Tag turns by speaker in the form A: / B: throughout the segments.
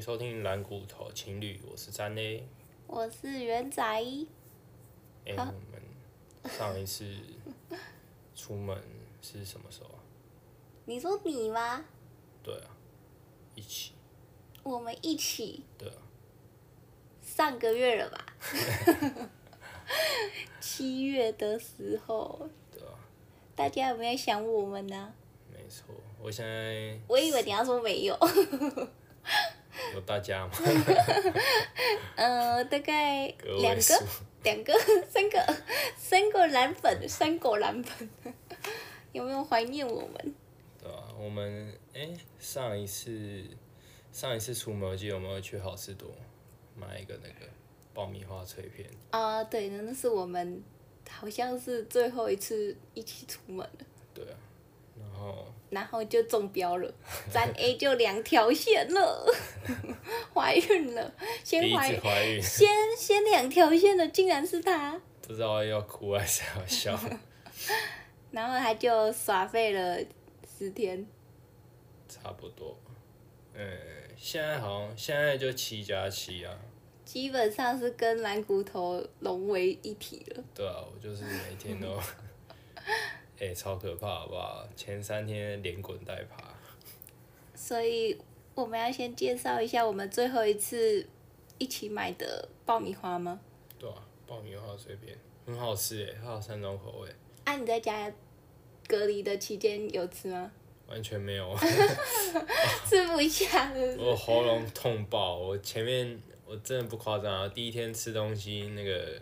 A: 收听软骨头情侣，我是詹 A。
B: 我是元仔，
A: 哎、
B: 啊
A: 我们上一次出门是什么时候啊？
B: 你说你吗？
A: 对啊，一起。
B: 我们一起
A: 对啊，
B: 上个月了吧？ 七月的时候，
A: 对啊，
B: 大家有没有想我们呢、
A: 没错。我现在
B: 我以为你要说没有，
A: 有大家吗？
B: 呃，大概
A: 各
B: 嗯两
A: 位数
B: 个、两个、 三个、三个蓝粉，三个蓝粉， 有没有怀念我们？
A: 对啊，我们哎、上一次上一次出门，我记得我们有去好事多买一个那个爆米花脆片。
B: 啊、对那是我们好像是最后一次一起出门了，
A: 对啊，然后
B: 然后就中标了， 咱 A 就两条线了， 怀孕了，
A: 第
B: 先
A: 一
B: 怀
A: 次怀孕，
B: 先先两条线的竟然是他，
A: 不知道要哭还是要笑。
B: 然后他就耍废了十天，
A: 差不多。嗯，现在好像现在就七加七啊，
B: 基本上是跟蓝骨头融为一体了。
A: 对啊，我就是每天都， 哎、超可怕好不好？前三天连滚带爬，
B: 所以我们要先介绍一下我们最后一次一起买的爆米花吗？
A: 对啊，爆米花随便，很好吃哎，它有三种口味，
B: 啊，你在家隔离的期间有吃吗？
A: 完全没有，
B: 吃不下 了。
A: 我喉咙痛爆，我前面我真的不夸张啊，第一天吃东西那个，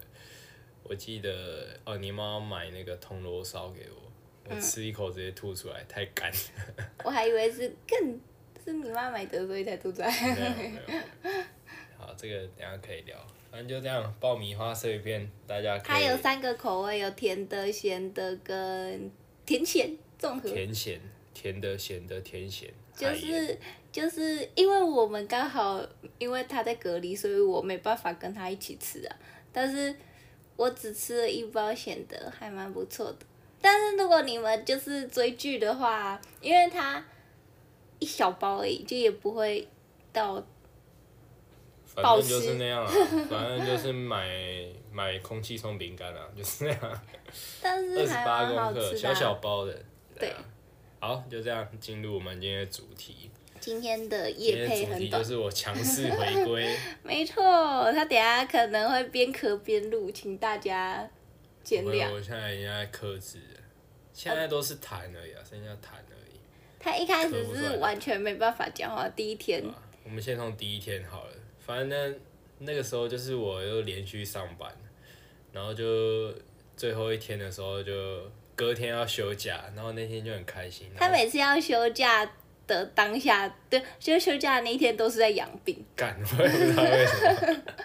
A: 我记得哦，你妈买那个铜锣烧给我。我吃一口直接吐出来，太干了。
B: 我还以为是更是你妈买的，所以才吐出来。
A: 没有没有。好，这个等一下可以聊。反正就这样，爆米花碎片，大家可
B: 它有
A: 以
B: 三个口味，有甜的、咸的跟甜咸综合。
A: 甜咸，甜的、咸的、甜咸，
B: 就
A: 海盐
B: 是就是因为我们刚好因为他在隔离，所以我没办法跟他一起吃啊。但是我只吃了一包咸的，还蛮不错的。但是如果你们就是追剧的话，因为它一小包而已，就也不会到
A: 反
B: 保
A: 正就是
B: 湿
A: 那样啊，反正就是买买空气松饼干啊，就是那 样，
B: 但
A: 二
B: 是
A: 十
B: 还
A: 八
B: 蛮好
A: 公克，
B: 吃的
A: 小
B: 啊、
A: 小包的。
B: 对
A: 啊。好，就这样进入我们今天的主题。
B: 今天的
A: 今
B: 夜
A: 天
B: 配
A: 的主
B: 很
A: 题
B: 短，
A: 就是我强势回 归，
B: 没错，他等一下可能会边咳边录，请大家见
A: 我
B: 谅。
A: 我现在应该克制了，现在都是痰而已啊，剩下痰而已。
B: 他一开始是完全没办法讲话，第一天
A: 对啊吧我们先从第一天好了，反正那那个时候就是我又连续上班，然后就最后一天的时候就隔天要休假，然后那天就很开心。
B: 他
A: 然后
B: 每次要休假的当下，对，就休假的那一天都是在养 病，
A: 干，我也不知道为什么。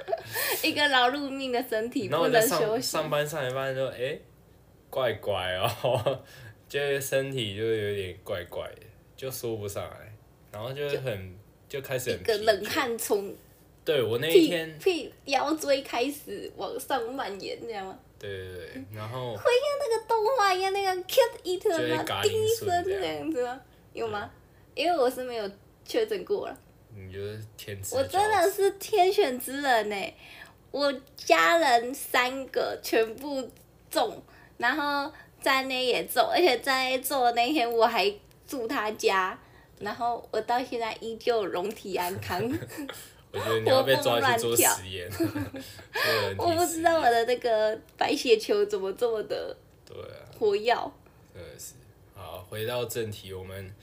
B: 一个劳碌命的身体
A: 然后
B: 不
A: 我在
B: 能休
A: 上
B: 息。
A: 上班上一班就哎、诶 怪怪哦， 就是身体就有点怪怪的，就说不上来，然后就很就开始
B: 一
A: 很
B: 个
A: 疲
B: 冷
A: 倦。
B: 汗从
A: 对我那一
B: 屁
A: 天，
B: 屁腰椎开始往上蔓延，这样吗？
A: 对对对，然后
B: 那个动画一样，那个 cat eat
A: 就会
B: 吗？
A: 嘎
B: 叮一
A: 铃声
B: 声
A: 这样
B: 这样子吗？有吗？因为我是没有确诊过了。
A: 你就是天之
B: 我
A: 骄
B: 真的是天选之人呢、欸我家人三个全部中，然后在内也中，而且在中的那天我还住他家，然后我到现在依旧容体安康。
A: 我觉得你要被抓去做实验，
B: 我不知道我。的那个白血球怎么这么的
A: 对啊，
B: 活跃。
A: 真的是。好，回到正题，我们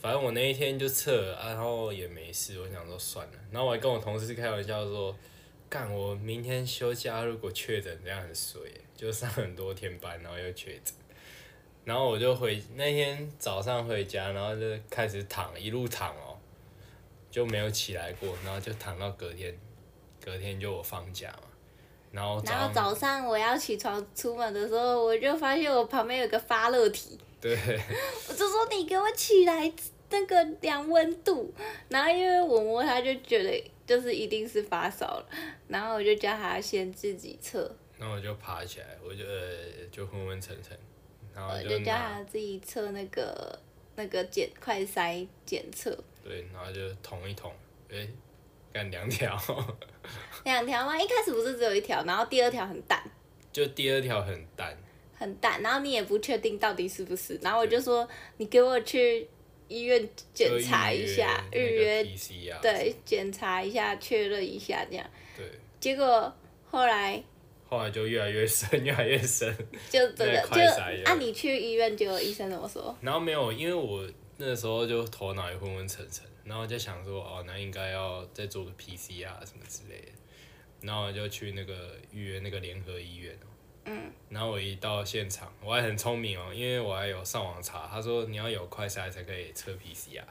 A: 反正我那一天就测了、啊，然后也没事，我想说算了。然后我还跟我同事开玩笑说，干我明天休假，如果确诊这样很衰耶，就上很多天班，然后又确诊。然后我就回那天早上回家，然后就开始躺，一路躺哦，就没有起来过，然后就躺到隔天，隔天就我放假嘛，然后早
B: 然后
A: 上
B: 早上我要起床出门的时候，我就发现我旁边有个发热体，
A: 对，
B: 我就说你给我起来那个量温度，然后因为我摸它就觉得就是一定是发烧了，然后我就叫他先自己测，
A: 然后我就爬起来，我就呃就昏昏沉沉，然后
B: 我
A: 就
B: 哦呃就叫
A: 拿
B: 他自己测那个那个检快筛检测，
A: 对，然后就捅一捅，诶、干两条，
B: 两条吗？一开始不是只有一条，然后第二条很淡，
A: 就第二条很淡，
B: 很淡，然后你也不确定到底是不是，然后我就说你给我去医院检查一下，
A: 就
B: 预
A: 预约那
B: 约
A: 个 PCR，
B: 对，检查一下，确认一下这样。
A: 对，
B: 结果后来
A: 后来就越来越深， 越来越深，
B: 就真
A: 那
B: 的
A: 个
B: 就
A: 快筛药
B: 按、你去医院，结果医生怎么说？
A: 然后没有，因为我那时候就头脑也昏昏沉沉，然后我就想说，哦，那应该要再做个 PCR 什么之类的，然后我就去那个预约那个联合医院、哦。嗯，然后我一到现场，我还很聪明哦，因为我还有上网查，他说你要有快筛才可以测 PCR。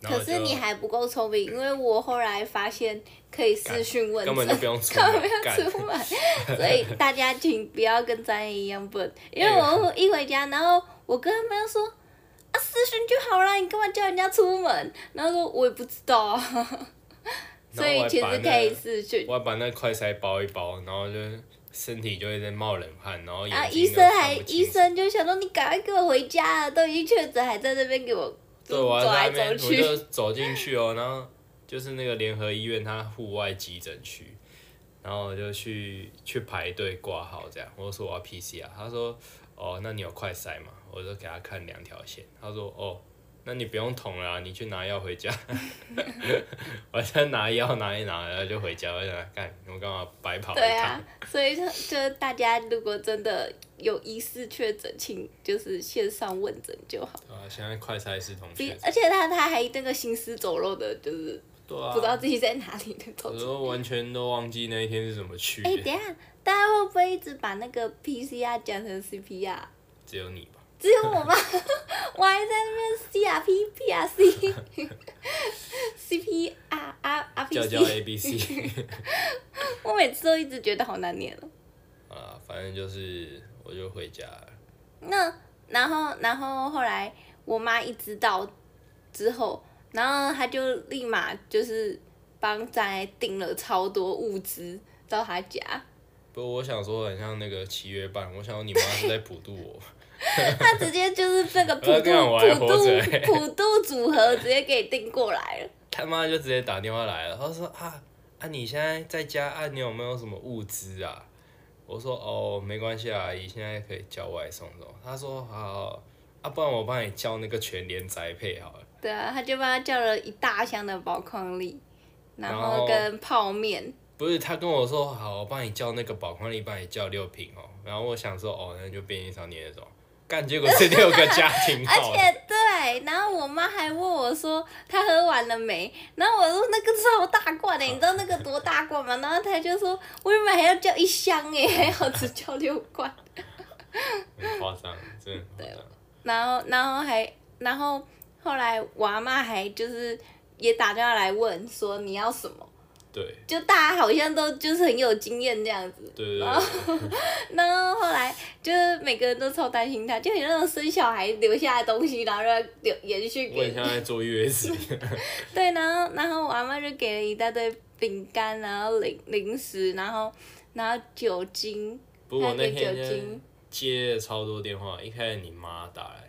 A: 然后
B: 可
A: 我
B: 是
A: 就
B: 你还不够聪明，因为我后来发现可以视讯问
A: 根
B: 诊，
A: 本就不用出
B: 根本
A: 门
B: 不，
A: 干
B: 用出门， 所以大家请不要跟张燕一样笨，因为
A: 哎呀
B: 我一回家，然后我跟他们又说啊私讯就好啦，你干嘛叫人家出门？然后说我也不知道啊， 所以其实可以视讯。
A: 我还把那快塞包一包，然后就身体就会在冒冷汗，然后
B: 啊！
A: 眼睛
B: 医
A: 又
B: 生还
A: 看不清
B: 医生就想说你赶快给我回家了，啊都已经确诊，还在那边给我
A: 对，我还
B: 走来
A: 在那边
B: 走
A: 我
B: 去。
A: 就走进去哦，然后就是那个联合医院它户外急诊区，然后我就去去排队挂号这样，我就说我要 PCR，他说哦，那你有快筛吗？我就给他看两条线，他说哦。那你不用捅了啊、你去拿药回家。 我在拿药拿一拿，然后就回家。我就想干，我干嘛白跑一
B: 对
A: 趟？
B: 啊， 所以就就是大家如果真的有疑似确诊，请就是线上问诊就好。
A: 对啊，现在快筛是同
B: 比
A: 学，
B: 而且他他还那个行尸走肉的，就是
A: 对
B: 不知道
A: 啊，
B: 自己在哪里的走
A: 呃我
B: 出。
A: 都完全都忘记那一天是怎么去的，
B: 哎、等一下，大家会不会一直把那个 PCR 讲成 CPR？
A: 只有你吧。
B: 只有我吗？ 我还在那边 C R P P R C C P R R R
A: 教
B: P
A: 教
B: C，
A: A B C
B: 我每次都一直觉得好难念了。
A: 啊，反正就是我就回家了。
B: 那然后然后后来我妈一知道之后，然后她就立马就是帮展来订了超多物资到她 家，
A: 不过我想说，很像那个七月半，我想说你妈是在普渡我，
B: 她直接就是那个普
A: 我要干我还
B: 渡普
A: 活着欸
B: 渡普渡组合直接给订过来了。
A: 他妈就直接打电话来了，她说啊啊，你现在在家啊，你有没有什么物资啊？我说哦，没关系啊，阿姨，现在可以叫外送的。她说好啊，不然我帮你叫那个全联宅配好了。
B: 对啊，他就帮他叫了一大箱的宝矿力，然
A: 然
B: 后
A: 后
B: 跟泡面。
A: 不是，他跟我说好，我帮你叫那个宝矿力，帮你叫六瓶哦。然后我想说哦，那就便利商店那种。干，结果是六个家庭
B: 而
A: 号。
B: 且对，然后我妈还问我说她喝完了没，然后我说那个超大罐的、你知道那个多大罐吗？然后她就说我原本还要叫一箱哎、 还好只叫六罐。
A: 很夸张，真的很夸张。
B: 然后然后还然后后来我阿妈还就是也打电话来问说你要什么，
A: 对
B: 就大家好像都就是很有经验这样子。
A: 对对
B: 然后
A: 对，
B: 然后后来就是每个人都超担心他，就有那种生小孩留下的东西，然后就留延续
A: 我很
B: 给
A: 像在坐月 子。
B: 对，然后然后我阿妈就给了一大堆饼干，然后零零食，然后然后酒精，
A: 不哦过我
B: 还
A: 那
B: 有酒
A: 天就
B: 精，
A: 接了超多电话，一开始你妈打来，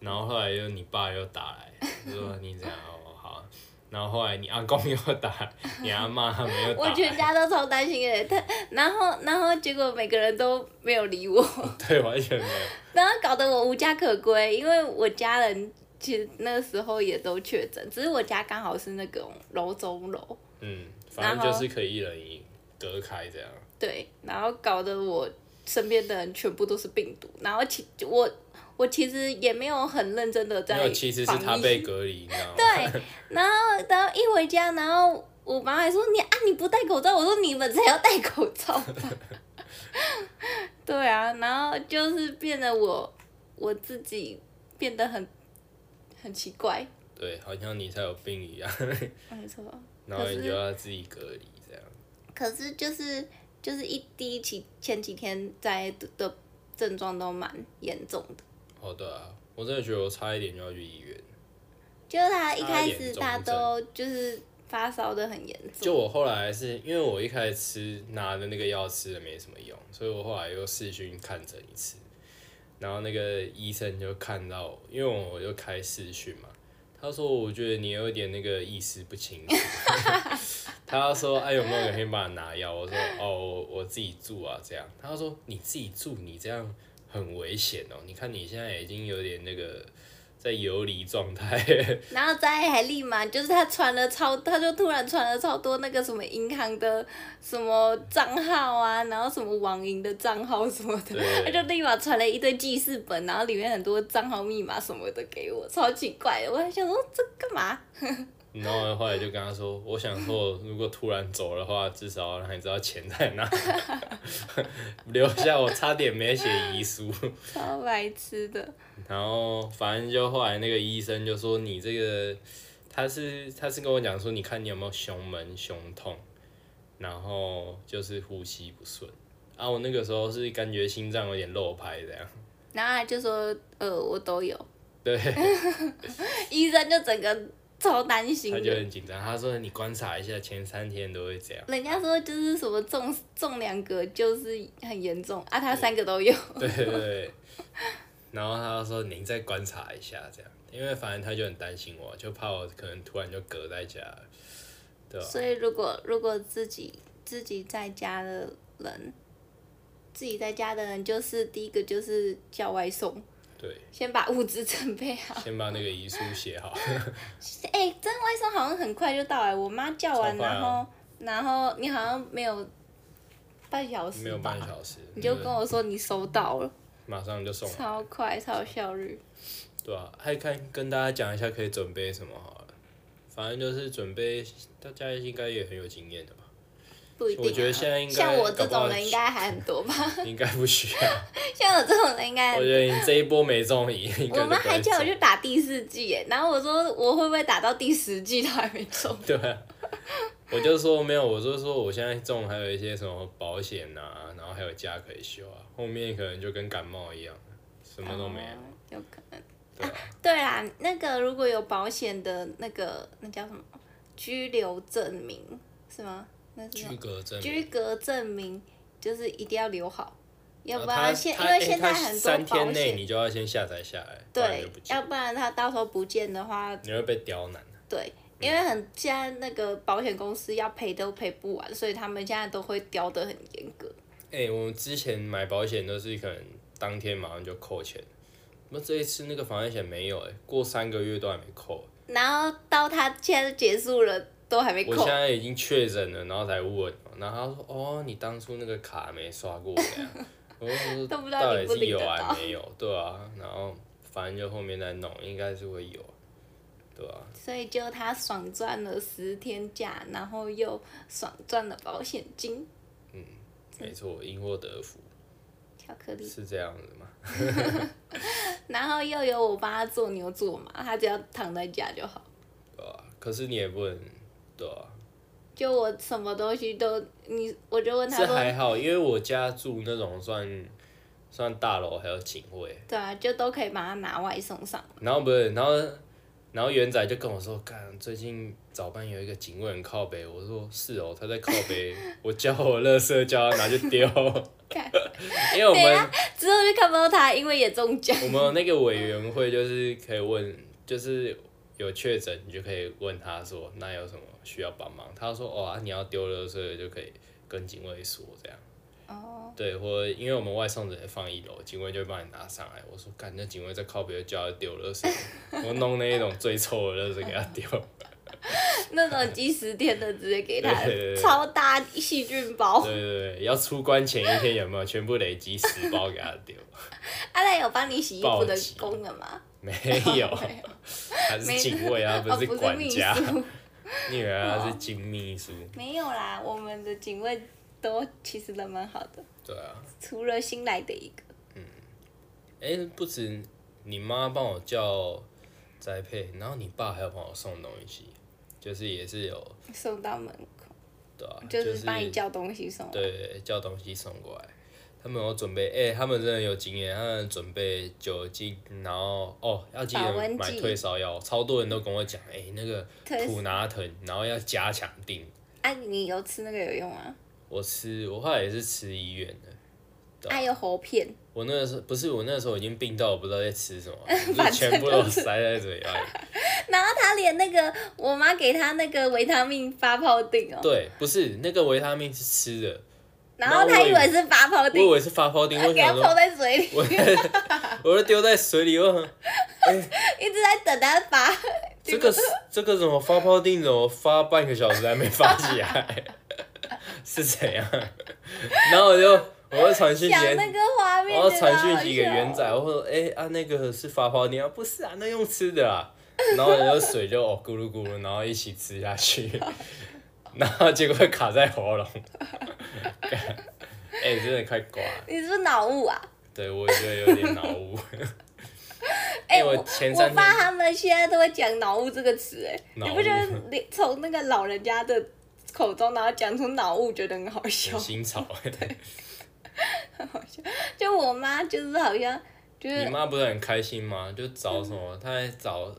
A: 然后后来又你爸又打来，就说你怎样哦好，然后后来你阿公又打来，你阿妈他们又打
B: 我
A: 来，
B: 全家都超担心的。 他然后然后结果每个人都没有理我，
A: 对完全没有，
B: 然后搞得我无家可归，因为我家人。其实那时候也都确诊，只是我家刚好是那种楼中楼，
A: 嗯，反正就是可以一人一隔开这样。
B: 对，然后搞得我身边的人全部都是病毒，然后其我我其实也没有很认真的在
A: 没
B: 防
A: 有，
B: 疫，
A: 其实是他被隔离，你知道吗？
B: 对，然后然后一回家，然后我妈还说你啊你不戴口罩，我说你们才要戴口罩吧， 对啊，然后就是变得我我自己变得很很奇怪，
A: 对，好像你才有病一样，
B: 没错。
A: 然后你就要自己隔离这样。
B: 可是就是就是一第一期前几天在的的症状都蛮严重的，
A: 哦，对啊，我真的觉得我差一点就要去医院。
B: 就是他一
A: 他
B: 开始
A: 严重
B: 他都就是发烧的很严重，
A: 就我后来是因为我一开始吃拿的那个药吃的没什么用，所以我后来又视讯看诊一次，然后那个医生就看到我，因为我就开视讯嘛，他他说我觉得你有点那个意识不清楚。 他说哎有没有人可以帮我拿药？我说哦我我自己住啊这样。他说你自己住你这样很危险哦，你看你现在已经有点那个在游离状态。
B: 然后在还立马就是他传了超，他就突然传了超多那个什么银行的什么账号啊，然后什么网银的账号什么的，
A: 对
B: 他就立马传了一堆记事本，然后里面很多账号密码什么的给我，超奇怪的。我还想说这干嘛？
A: 然后后来就跟他说，我想说，如果突然走的话，至少让你知道钱在哪， 留下我差点没写遗书。
B: 超白痴的。
A: 然后反正就后来那个医生就说，你这个他是他是跟我讲说，你看你有没有胸闷、胸痛，然后就是呼吸不顺。啊，我那个时候是感觉心脏有点漏拍这样，
B: 然后他就说呃我都有，
A: 对，
B: 医生就整个超担心
A: 他就
B: 的。
A: 很紧张。他说你观察一下，前三天都会这样。
B: 人家说就是什么中中两个就是很严重啊，他三个都有。
A: 对对对。然后他就说您再观察一下这样，因为反正他就很担心我，就怕我可能突然就隔在家了，对啊吧？
B: 所以如果如果自己自己在家的人，自己在家的人就是第一个就是叫外送，
A: 对，
B: 先把物资 准备好。
A: 先把那个遗书写好。
B: 哎、真的外送好像很快就到哎、我妈叫完，
A: 超快啊
B: 然后然后你好像没有半小时吧，
A: 没有半小时，
B: 你就跟我说你收到了，
A: 马上就送了，
B: 超快超有效率。
A: 对啊，还看跟大家讲一下可以准备什么好了，反正就是准备，大家应该也很有经验的 吧，
B: 不一定、啊，
A: 我觉得现在应该
B: 像我这
A: 搞不好
B: 种人应该还很多吧？
A: 应该不需要。
B: 像我这种人应该
A: 我
B: 很
A: 觉得你这一波没中，你应该
B: 我
A: 就不
B: 妈
A: 会
B: 还叫我
A: 中
B: 去打第四季耶，然后我说我会不会打到第十季，她还没中。
A: 对啊，我就说没有，我就说我现在中还有一些什么保险呐、然后还有假可以休啊，后面可能就跟感冒一样，什么都没
B: 哦
A: 了。
B: 有可能。
A: 对啊，
B: 对啦，那个如果有保险的那个那叫什么居留证明是吗？那是什
A: 居
B: 么
A: 格证明，
B: 居格证明，就是一定要留好，要不
A: 然后
B: 然
A: 它
B: 现因
A: 它
B: 为
A: 啊诶
B: 现
A: 它
B: 在很多
A: 三
B: 保
A: 天内
B: 险
A: 你就要先下载下来，不然
B: 对
A: 就不，见
B: 要不然他到时候不见的话，
A: 你会被刁难。
B: 对，因为很现在那个保险公司要赔都赔不完，所以他们现在都会雕得很严格。
A: 哎、我们之前买保险都是可能当天马上就扣钱，那这一次那个防疫险没有哎、过三个月都还没扣。
B: 然后到他现在结束了，都还没
A: 我
B: 扣
A: 现，在已经确诊了，然后才问，然后他说：“哦，你当初那个卡没刷过这样。” 我就说：“
B: 都不知道
A: 到
B: 你
A: 底
B: 不
A: 是
B: 领
A: 有
B: 得到
A: 还没有？对啊，然后反正就后面再弄，应该是会有，对啊，
B: 所以就他爽赚了十天假，然后又爽赚了保险金，
A: 没错，因祸得福
B: 巧克力，
A: 是这样子嘛？
B: 然后又有我帮他做牛做马，他只要躺在家就好。
A: 对啊，可是你也不能，对啊，
B: 就我什么东西都你，我就问他
A: 这还
B: 说，
A: 好，因为我家住那种算算大楼，还有警卫，
B: 对啊，就都可以把它拿外送上。
A: 然后不是，然后然后元仔就跟我说，干最近早班有一个警卫很靠北，我说是哦，他在靠北，我叫我垃圾叫他拿去丢，
B: 看，
A: 因为我们
B: 之后就看不到他，因为也中奖。
A: 我们那个委员会就是可以问，就是有确诊你就可以问他说，那有什么需要帮忙？他说哦、啊，你要丢垃圾就可以跟警卫说这样。
B: 哦，
A: 对，或因为我们外送人放一楼，警卫就会帮你拿上来。我说，干，那警卫在靠边叫他丢垃圾，我弄那一种最臭的垃圾给他 丢。
B: 那种几十天的直接给 他
A: 对对对
B: 超大细菌包。
A: 对对对，要出关前一天有没有全部累积十包给他 丢？
B: 阿赖啊有帮你洗衣服的
A: 暴击
B: 功能吗？
A: 没有，他是警卫啊，
B: 哦，
A: 是
B: 不
A: 管
B: 秘
A: 家。
B: 书，
A: 你以为他是金秘书？
B: 没有啦，我们的警卫都其实人蛮好的，
A: 对啊，
B: 除了新来的一个，
A: 哎、不止你妈帮我叫宅配，然后你爸还要帮我送东西，就是也是有
B: 送到门口，
A: 对啊，
B: 就
A: 就是
B: 帮你叫东西送。
A: 对，叫东西送过来。他们有准备，哎、他们真的有经验，他们准备酒精，然后哦，要记
B: 保
A: 得
B: 温
A: 买
B: 剂
A: 退烧药，超多人都跟我讲，哎、那个
B: 退
A: 普拿疼，然后要加强订。
B: 啊，你有吃那个有用吗？
A: 我吃，我后来也是吃医院的，对啊
B: 还有喉片，
A: 我那个时候不是我那时候已经病到我不知道在吃什么，就
B: 反正
A: 是全部都
B: 就是
A: 塞在嘴巴里。
B: 然后他连那个我妈给他那个维他命发泡锭哦，
A: 对，不是那个维他命是吃的，
B: 然后他以为是发泡
A: 我以
B: 锭，
A: 为是发泡丁，
B: 然后
A: 我
B: 给他
A: 想
B: 啊泡
A: 说，
B: 在嘴里，
A: 我我就丢在水里，我想
B: 一直在等他发。
A: 这个是这个怎么发泡定怎么发半个小时还没发起来， 是怎样？ 然后我就我就传讯息
B: 想那
A: 给，
B: 个画面，
A: 我要
B: 觉得
A: 传
B: 好
A: 讯息给
B: 笑
A: 元仔，我说哎、啊那个是发泡定啊，不是啊那用吃的啊，然后我就水就哦咕噜咕噜，然后一起吃下去， 然后结果卡在喉咙， 哎、真的快挂了，
B: 你是不是脑雾啊？
A: 对我觉得有点脑雾，
B: 哎、
A: 因为
B: 我
A: 我前三
B: 我
A: 天
B: 爸他们现在都会讲“脑雾”这个词，哎，你
A: 脑
B: 不觉得
A: 雾
B: 你从那个老人家的口中，然后讲出“脑雾”，觉得很好笑
A: 很？新 潮，
B: 就我妈就是好像就是
A: 你妈不是很开心吗？就找
B: 嗯
A: 什么，她还找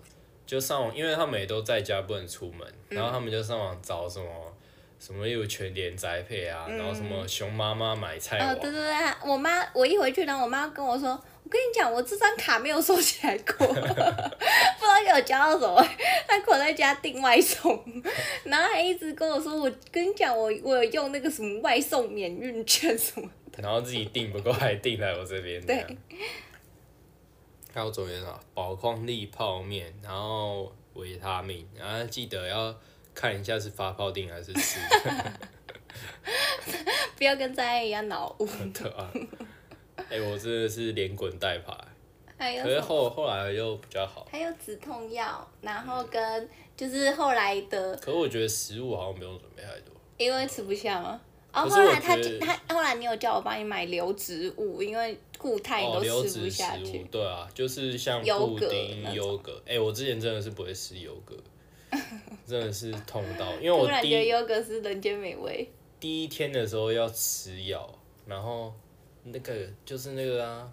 A: 就上网，因为他们也都在家不能出门，然
B: 嗯
A: 后他们就上网找什么什么，例如全联宅配啊，然后什么熊妈妈买菜
B: 嗯哦，
A: 网，
B: 对对对，我妈我一回去呢，我妈跟我说，我跟你讲，我这张卡没有收起来过，不 知道给我交到什么， 她给我在家订外送，然后还一直跟我说，我跟你讲，我我有用那个什么外送免运券什么，
A: 然后自己订不够还订来我这边。
B: 对
A: 这样。还有左边啊，宝矿力泡面，然后维他命，然后记得要看一下是发泡定还是吃的。
B: 不要跟张爱一样脑雾，
A: 对啊， 哎、我真的是连滚带爬，
B: 还有
A: 可是
B: 什么
A: 后后来又比较好。
B: 还有止痛药，然后跟就是后来的，
A: 可我觉得食物好像不用准备太多。
B: 因为吃不下吗？哦，
A: 可是
B: 后
A: 我
B: 来她
A: 觉
B: 就
A: 得
B: 她后来你有叫我帮你买流质物，因为固态你
A: 哦，流
B: 都吃不
A: 质食
B: 下去。
A: 物，对啊，就是像
B: 优
A: 布
B: 格那
A: 丁、
B: 种
A: 优格。哎、我之前真的是不会吃优 格，真的是痛到，因为我
B: 突然
A: 第
B: 觉得
A: 一
B: 优格是人间美味，
A: 第一天的时候要吃药，然后那个就是那个啊，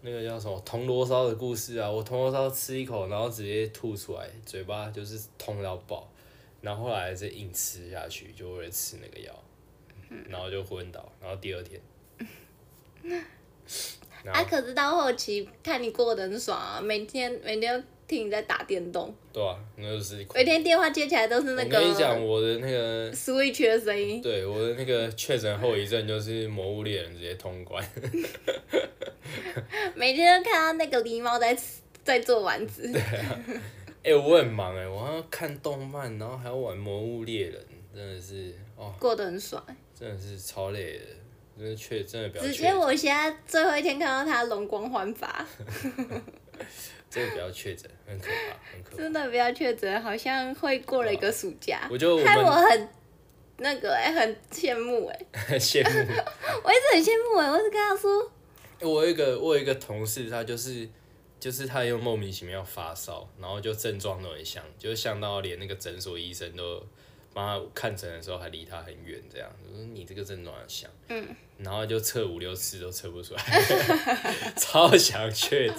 A: 那个叫什么铜锣烧的故事啊，我铜锣烧吃一口，然后直接吐出来，嘴巴就是痛到爆，然后后来是硬吃下去，就为了吃那个药，嗯然后就昏倒，然后第二天。然后
B: 啊，可是到后期看你过得很爽啊，每天每天听你在打电动，
A: 对啊，那就是
B: 每天电话接起来都是那
A: 我跟你讲，
B: 个
A: 我的那个
B: Switch 的声音，
A: 对我的那个确诊后遗症就是《魔物猎人》直接通关，
B: 每天都看到那个狸猫在吃在做丸子，
A: 哎、我很忙哎、我还要看动漫，然后还要玩《魔物猎人》，真的是哦，
B: 过得很爽。
A: 真的是超累的，真的确真的不要
B: 直
A: 确
B: 接
A: 诊，
B: 我现在最后一天看到他容光焕发，
A: 真的不要确诊，很可怕，很可怕。
B: 真的不要确诊，好像会过了一个暑假，
A: 我觉得我
B: 害我
A: 们
B: 很那个哎、很羡慕哎、
A: 很羡慕，
B: 我一直很羡慕哎、我是跟他说，
A: 我有一个我有一个同事，他就是就是他又莫名其妙发烧，然后就症状都很像，就是像到连那个诊所医生都帮他看诊的时候还离他很远，这样就是你这个症状很像，嗯，然后就测五六次都测不出来， 超想确诊，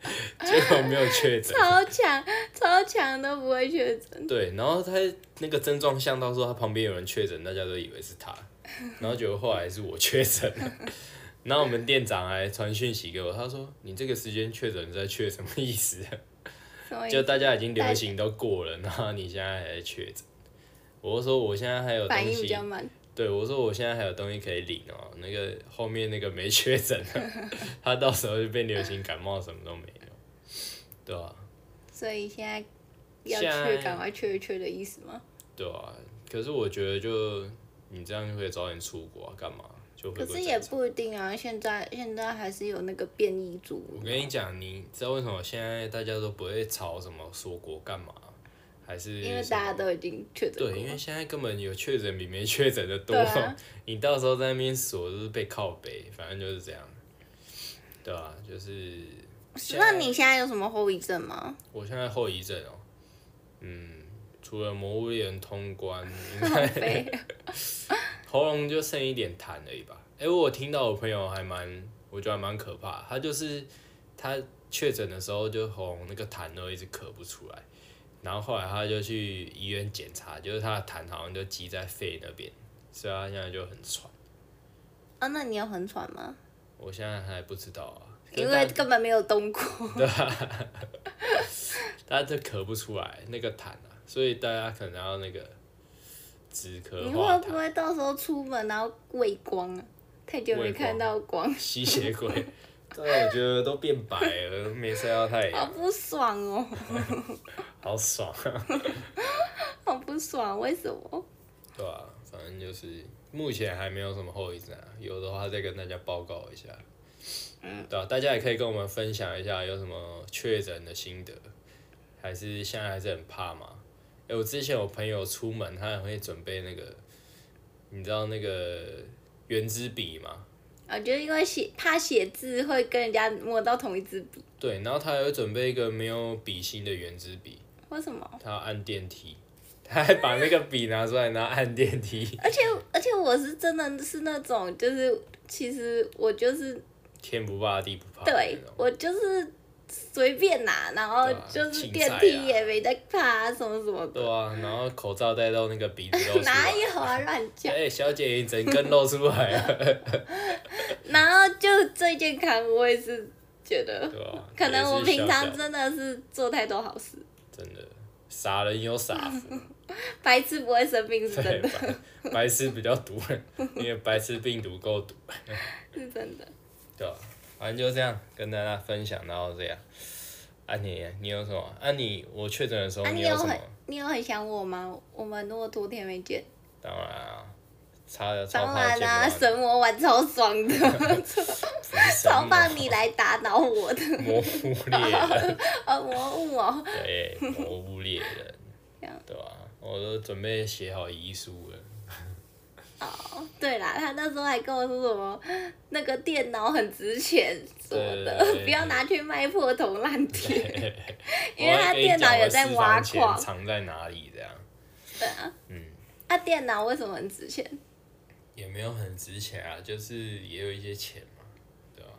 A: 结果没有确诊。
B: 超强超强都不会确诊。
A: 对，然后他那个症状像到说他旁边有人确诊，大家都以为是 他，然后结果后来是我确诊了。然后我们店长还传讯息给我，他说：“你这个时间确诊是在确什么意思？啊
B: 什么意思
A: 就大家已经流行都过了，然后你现在还在确诊。”我就说：“我现在还有
B: 反
A: 东
B: 应比
A: 西
B: 较，慢，
A: 对我说我现在还有东西可以领哦。那个后面那个没确诊 的他到时候就变流行感冒，什么都没有，对啊吧、
B: 所以现在要
A: 现在
B: 去赶快去一去的意思吗？
A: 对啊，可是我觉得就你这样就可以早点出国啊，干嘛？就回
B: 可
A: 归
B: 是也
A: 正常
B: 不一定啊，现在现在还是有那个变异株。
A: 我跟你讲，你知道为什么现在大家都不会吵什么锁国干嘛？还是
B: 因为
A: 什么
B: 大家都已经确诊过
A: 对，因为现在根本有确诊比没确诊的多，
B: 对啊
A: 你到时候在那边锁就是被靠北，反正就是这样，对啊，就是现在
B: 那你现在有什么后遗症 吗？
A: 我现在后遗症哦，嗯，除了魔物猎人通关， 应该
B: 浪费。
A: 喉咙就剩一点痰而已吧。哎、我听到我朋友还蛮，我觉得还蛮可怕。他就是他确诊的时候，就喉咙那个痰都一直咳不出来，然后后来他就去医院检查，就是他的痰好像就积在肺那边，所以他现在就很喘。
B: 哦 啊，那你有很喘吗？
A: 我现在还不知道啊，可
B: 因
A: 是
B: 为
A: 大
B: 根本没有动过。
A: 大家都咳不出来那个痰啊，所以大家可能要那个止咳
B: 你
A: 化
B: 会不
A: 痰，
B: 会到时候出门然后畏光啊？太久没
A: 畏光
B: 看到光，
A: 吸血鬼。 对，啊我觉得都变白了，没晒到太
B: 好
A: 阳，
B: 不爽哦，
A: 好爽啊！
B: 好不爽，为什么？
A: 对啊，反正就是目前还没有什么后遗症啊，有的话再跟大家报告一下。嗯，对啊，大家也可以跟我们分享一下有什么确诊的心得，还是现在还是很怕嘛？哎、我之前有朋友出门，他很会准备那个，你知道那个圆珠笔吗？
B: 啊，就因为写怕写字会跟人家摸到同一支笔，
A: 对，然后他还会准备一个没有笔芯的圆珠笔，
B: 为什么？
A: 他要按电梯， 他还把那个笔拿出来，然后按电梯，
B: 而且而且我是真的是那种，就是其实我就是
A: 天不怕地不怕的那
B: 对
A: 种。
B: 我就是随便拿，然
A: 哦
B: 后
A: 对啊
B: 就是
A: 青
B: 电
A: 菜
B: 梯
A: 啊
B: 也没在怕、啊、什么什么
A: 对
B: 的，
A: 啊，然后口罩戴到那个鼻子露出
B: 哪
A: 来。
B: 有啊乱讲
A: 哎、？小姐，你整根露出来啊 了，
B: 然后就最健康，我也是觉得，
A: 对吧、
B: 可能我
A: 也是
B: 平
A: 小
B: 常
A: 小
B: 真的是做太多好事，
A: 真的傻人有傻 福，
B: 白痴不会生病是
A: 对
B: 真的，
A: 白白痴比较毒，因为白痴病毒够毒，
B: 是真的。
A: 对吧、反正就这样跟大家分享，然后这样。啊你你有什么？啊你我确诊的时候、
B: 啊，你
A: 有什么
B: 很？你有很想我吗？我们那么多天没见，
A: 当然啊，差的超
B: 当
A: 怕
B: 然啊
A: 见不
B: 啦、
A: 到你
B: 神魔玩超 爽的，
A: 不是神
B: 超
A: 魔
B: 棒！你来打倒我的，
A: 模糊猎人，
B: 呃，魔物哦，
A: 对，魔物猎人
B: 这样，
A: 对吧、啊我都准备写好遗书了。
B: 对啦，他那时候还跟我说什么那个电脑很值钱什么的
A: 对，
B: 不要拿去卖破铜烂铁， 因
A: 我
B: 为
A: 还
B: 他
A: 跟你
B: 电脑
A: 讲
B: 有
A: 我
B: 在
A: 私
B: 挖
A: 房钱
B: 矿，
A: 藏在哪里这样，
B: 对啊，
A: 嗯，
B: 啊，电脑为什么很值钱？
A: 也没有很值钱啊，就是也有一些钱嘛，对吧、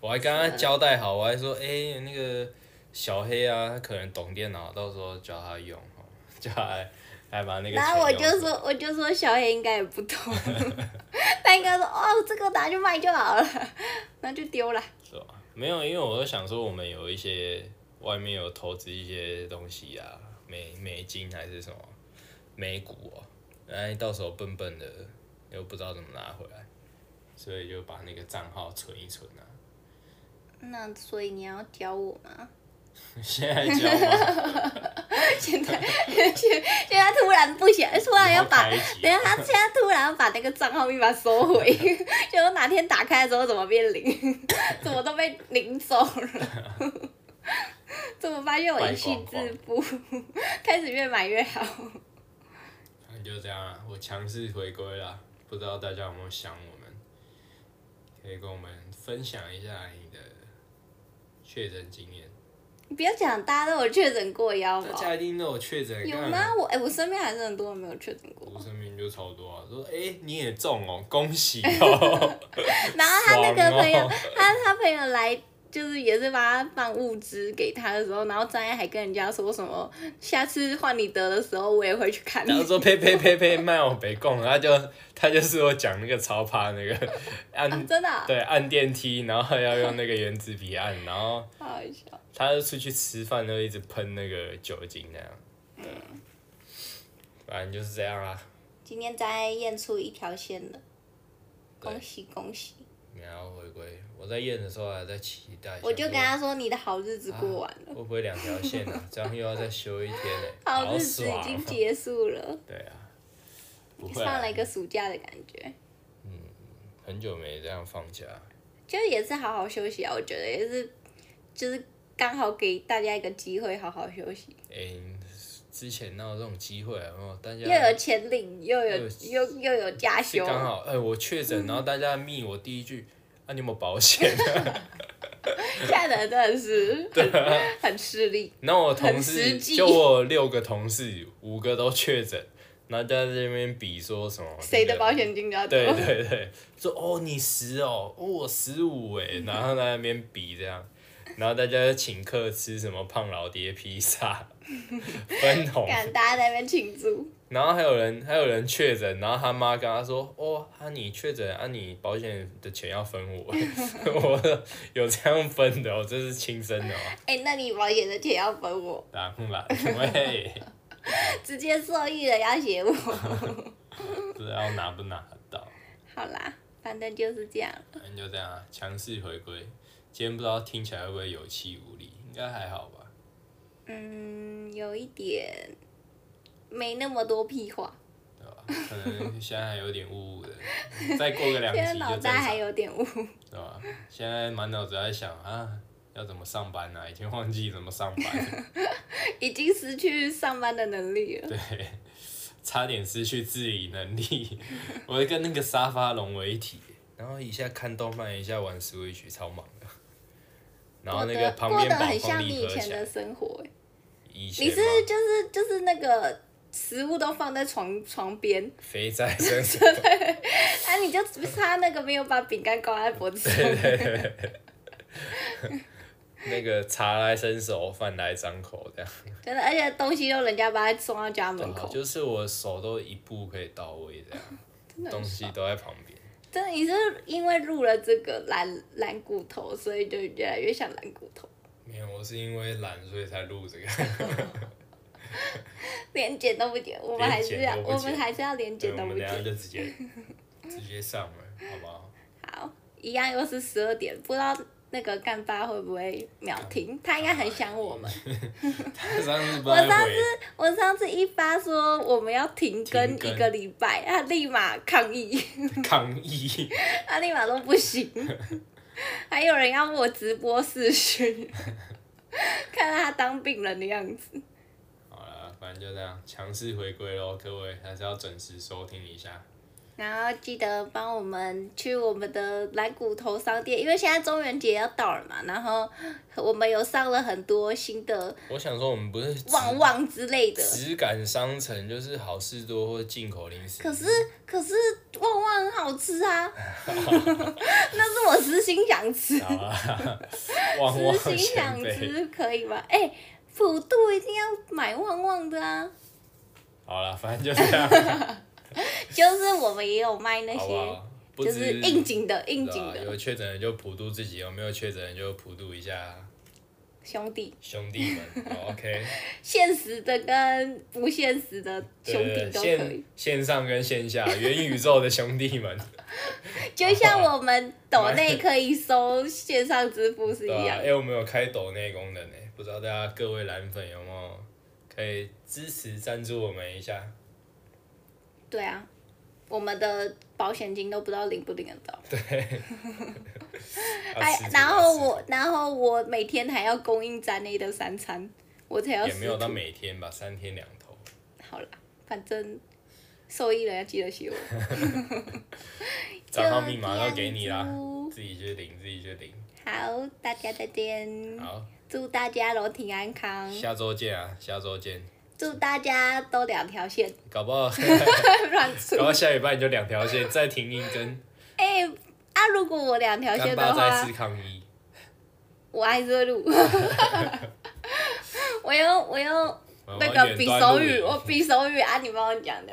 A: 我还跟他交代好，我还说，
B: 啊
A: 哎、那个小黑啊，他可能懂电脑，到时候教他用哦，叫他来来把那个。
B: 然后我就，说，我就说小黑应该也不 懂，他应该说哦，这个拿去卖就好了， 那就丢了。
A: 是吧？没有，因为我就想说，我们有一些外面有投资一些东西啊，美美金还是什么美股哦、哎，到时候笨笨的又不知道怎么拿回来，所以就把那个账号存一存啊。
B: 那所以你要教我吗？
A: 现在教吗？
B: 现在现现在突然不想， 突然要把，
A: 以后开啊一
B: 等
A: 集
B: 一下他现在突然要把那个账号密码收回， 结果哪天打开的时候怎么变零， 怎么都被领走了。 怎么发现我一夕致富， 开始越买越好？
A: 反正就这样啊，我强势回归啦。不知道大家有没有想我们？可以跟我们分享一下你的确诊经验。
B: 你不要讲，大家都有确诊过腰
A: 大
B: 吧？
A: 家一定都有确诊，
B: 有
A: 干
B: 吗？我哎、我身边还是很多人没有确 诊过。
A: 我身边就超多啊，说哎、欸你也中哦，恭喜 哦，
B: 然后他啊那个朋友，
A: 爽哦
B: 他他朋友来。就是也是帮他放物资给他的时候，然后张燕还跟人家说什么，下次换你得的时候，我也会去看你
A: 然。后说呸呸呸呸，卖我北贡，他就他就是我讲那个超怕那个 按、
B: 啊、 真的啊、
A: 对按电梯，然后要用那个原子笔按，然后
B: 好好笑。
A: 他就出去吃饭都一直喷那个酒精那样，
B: 嗯
A: 对，反正就是这样啊啦。
B: 今天张燕验出一条线了，
A: 对
B: 恭喜恭喜！
A: 你要回归，我在验的时候还在期待，
B: 我就
A: 想
B: 跟
A: 说
B: 他说，你的好日子过完了，
A: 会不会两条线啊？这样又要再休一天嘞、
B: 好
A: 好
B: 日子已
A: 爽
B: 经
A: 哦！
B: 结束了，
A: 对啊，不会啊
B: 上了一个暑假的感觉，
A: 很久没这样放假，
B: 就也是好好休息啊。我觉得也是，就是刚好给大家一个机会好好休息。
A: 哎、之前哪有这种机会啊？哦，大
B: 又有
A: 家
B: 钱领，又有又又有加
A: 是
B: 休，
A: 刚好，哎、我确诊，
B: 嗯
A: 然后大家密我第一句，啊，你有没有保险？
B: 吓得真的是
A: 啊
B: 很很势利。
A: 然后我同
B: 很
A: 事
B: 实际
A: 就我有六个同事，五个都确诊，然后大家在那边比说什么
B: 谁的保？
A: 那个
B: 险金比较多？
A: 啊对对对，说哦你十哦，哦我十五哎，然后在那边比这样，然后大家就请客吃什么胖老爹披萨，分红，
B: 看大家在那边庆祝，
A: 然后还有人还有人确诊，然后他妈跟他说：“哦，啊你确诊啊你保险的钱要分 我。”我说有这样分的哦，这是亲生的哦，
B: 哎、那你保险的钱要分我，
A: 当然 喂，
B: 直接受益人要 写我。
A: 不知道拿不拿得到，
B: 好啦，反正就是这样。
A: 反正就这样啊，强势回归。今天不知道听起来会不会有气无力，应该还好吧。
B: 嗯，有一点没那么多屁话，
A: 对吧？可能现在还有点雾雾 的，再过个两
B: 现在
A: 集
B: 脑
A: 就正
B: 袋还
A: 常，
B: 有点雾。
A: 对吧？现在满脑子在想啊，要怎么上班啊，已经忘记怎么上班，
B: 已经失去上班的能 力了。
A: 对，差点失去自理能力， 我跟那个沙发融为一体，然后一下看动漫，一下玩 Switch，超忙的。然后那个旁
B: 过
A: 边
B: 得
A: 把
B: 很
A: 风
B: 像你
A: 力
B: 以
A: 合
B: 前
A: 起
B: 的
A: 来，
B: 生活、欸，
A: 以前
B: 你是
A: 吗
B: 就是就是那个食物都放在床床边，
A: 肥宅 身上，
B: 啊，你就差那个没有把饼干挂在脖子上。
A: 那个茶来伸手，饭来张口这样。
B: 真的，而且东西又人家把它送到家门口，
A: 啊就是我手都一步可以到位这样，
B: 真的
A: 东西都在旁边。
B: 真的，你是因为入了这个懒懒骨头，所以就越来越像懒骨头，
A: 没有，我是因为懒，所以才录这个。
B: 连剪都不剪，我们还是要，
A: 连剪都不
B: 我
A: 剪
B: 们还是要连
A: 对，
B: 剪
A: 我
B: 都不
A: 们等一下
B: 剪。
A: 就直接直 接上了，好不好？
B: 好，一样又是十二点，不知道那个干爸会不会
A: 啊
B: 秒听，他应该很想我们。
A: 他上次不
B: 我
A: 太
B: 上
A: 回，
B: 次我上次一发说我们要停更
A: 停更
B: 一个礼拜，他立马抗议，
A: 抗议，
B: 他立马说不行。 还有人要问我直播视讯， 看到他当病人的样子。
A: 好了，反正就这样，强势回归喽，各位还是要准时收听一下。
B: 然后记得帮我们去我们的蓝骨头商店，因为现在中元节要到了嘛，然后我们有上了很多新的
A: 我想说，我们不是只
B: 旺旺之类的。
A: 只赶商城，就是好事多或进口零食。
B: 可是可是旺旺很好吃 啊，那是我私心想吃。
A: 好啊，旺旺
B: 私心想
A: 前辈。
B: 吃可以吗？哎、普渡一定要买旺旺的啊！
A: 好了，反正就这样，
B: 就是我们也有卖那
A: 好
B: 些，
A: 不好？不
B: 就
A: 止
B: 是应景的应景
A: 对啊
B: 的
A: 有确诊的就普渡自己，有没有确诊的就普渡一下
B: 兄弟，
A: 兄弟们。 哦 OK，
B: 现实的跟不现实的
A: 对
B: 兄弟
A: 对对
B: 都可以
A: 线。线上跟线下元宇宙的兄弟 们，
B: 就像我们抖内可以收线上支付 是
A: 对
B: 一
A: 吧、
B: 样
A: 哎、。我们有开抖内功能呢，不知道大家各位蓝粉有没有可以支持赞助我们一下？
B: 对啊，我们的保险金都不知道领不领得到。
A: 啊 要吃
B: 哎，
A: 什么
B: 然后我，然后我每天还要供应站内的三餐，我才要
A: 也没有
B: 吃
A: 到每天吧，三天两头。
B: 好啦，反正受益人要记得写我。
A: 账号密码都给你啦
B: 这样，子
A: 自己去领，自己去领。
B: 好，大家再见，
A: 好，
B: 祝大家楼体安康，
A: 下周见啊，下周见。
B: 祝大家都两条线，
A: 搞不好，
B: 乱出
A: 搞。不好下礼拜你就两条线，再停一根，
B: 哎、啊，如果我两条线
A: 干
B: 的
A: 爸再
B: 话
A: 次，抗议。
B: 我还是会录。 我用我用
A: 我
B: 那
A: 要
B: 个
A: 远
B: 比
A: 端
B: 手
A: 录
B: 语，
A: 影
B: 我比手语啊，你帮我讲的。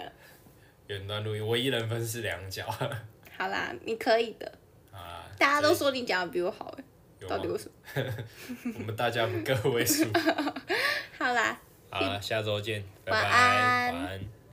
A: 远端录音，我一人分饰两角
B: 好啦，你可以的，
A: 啊！
B: 大家都说你讲的比我好哎、
A: 有
B: 到底为
A: 吗？
B: 什么？
A: 我们大家不各位数。
B: 好啦。
A: 好了，下周见，拜拜，
B: 晚安
A: 晚安。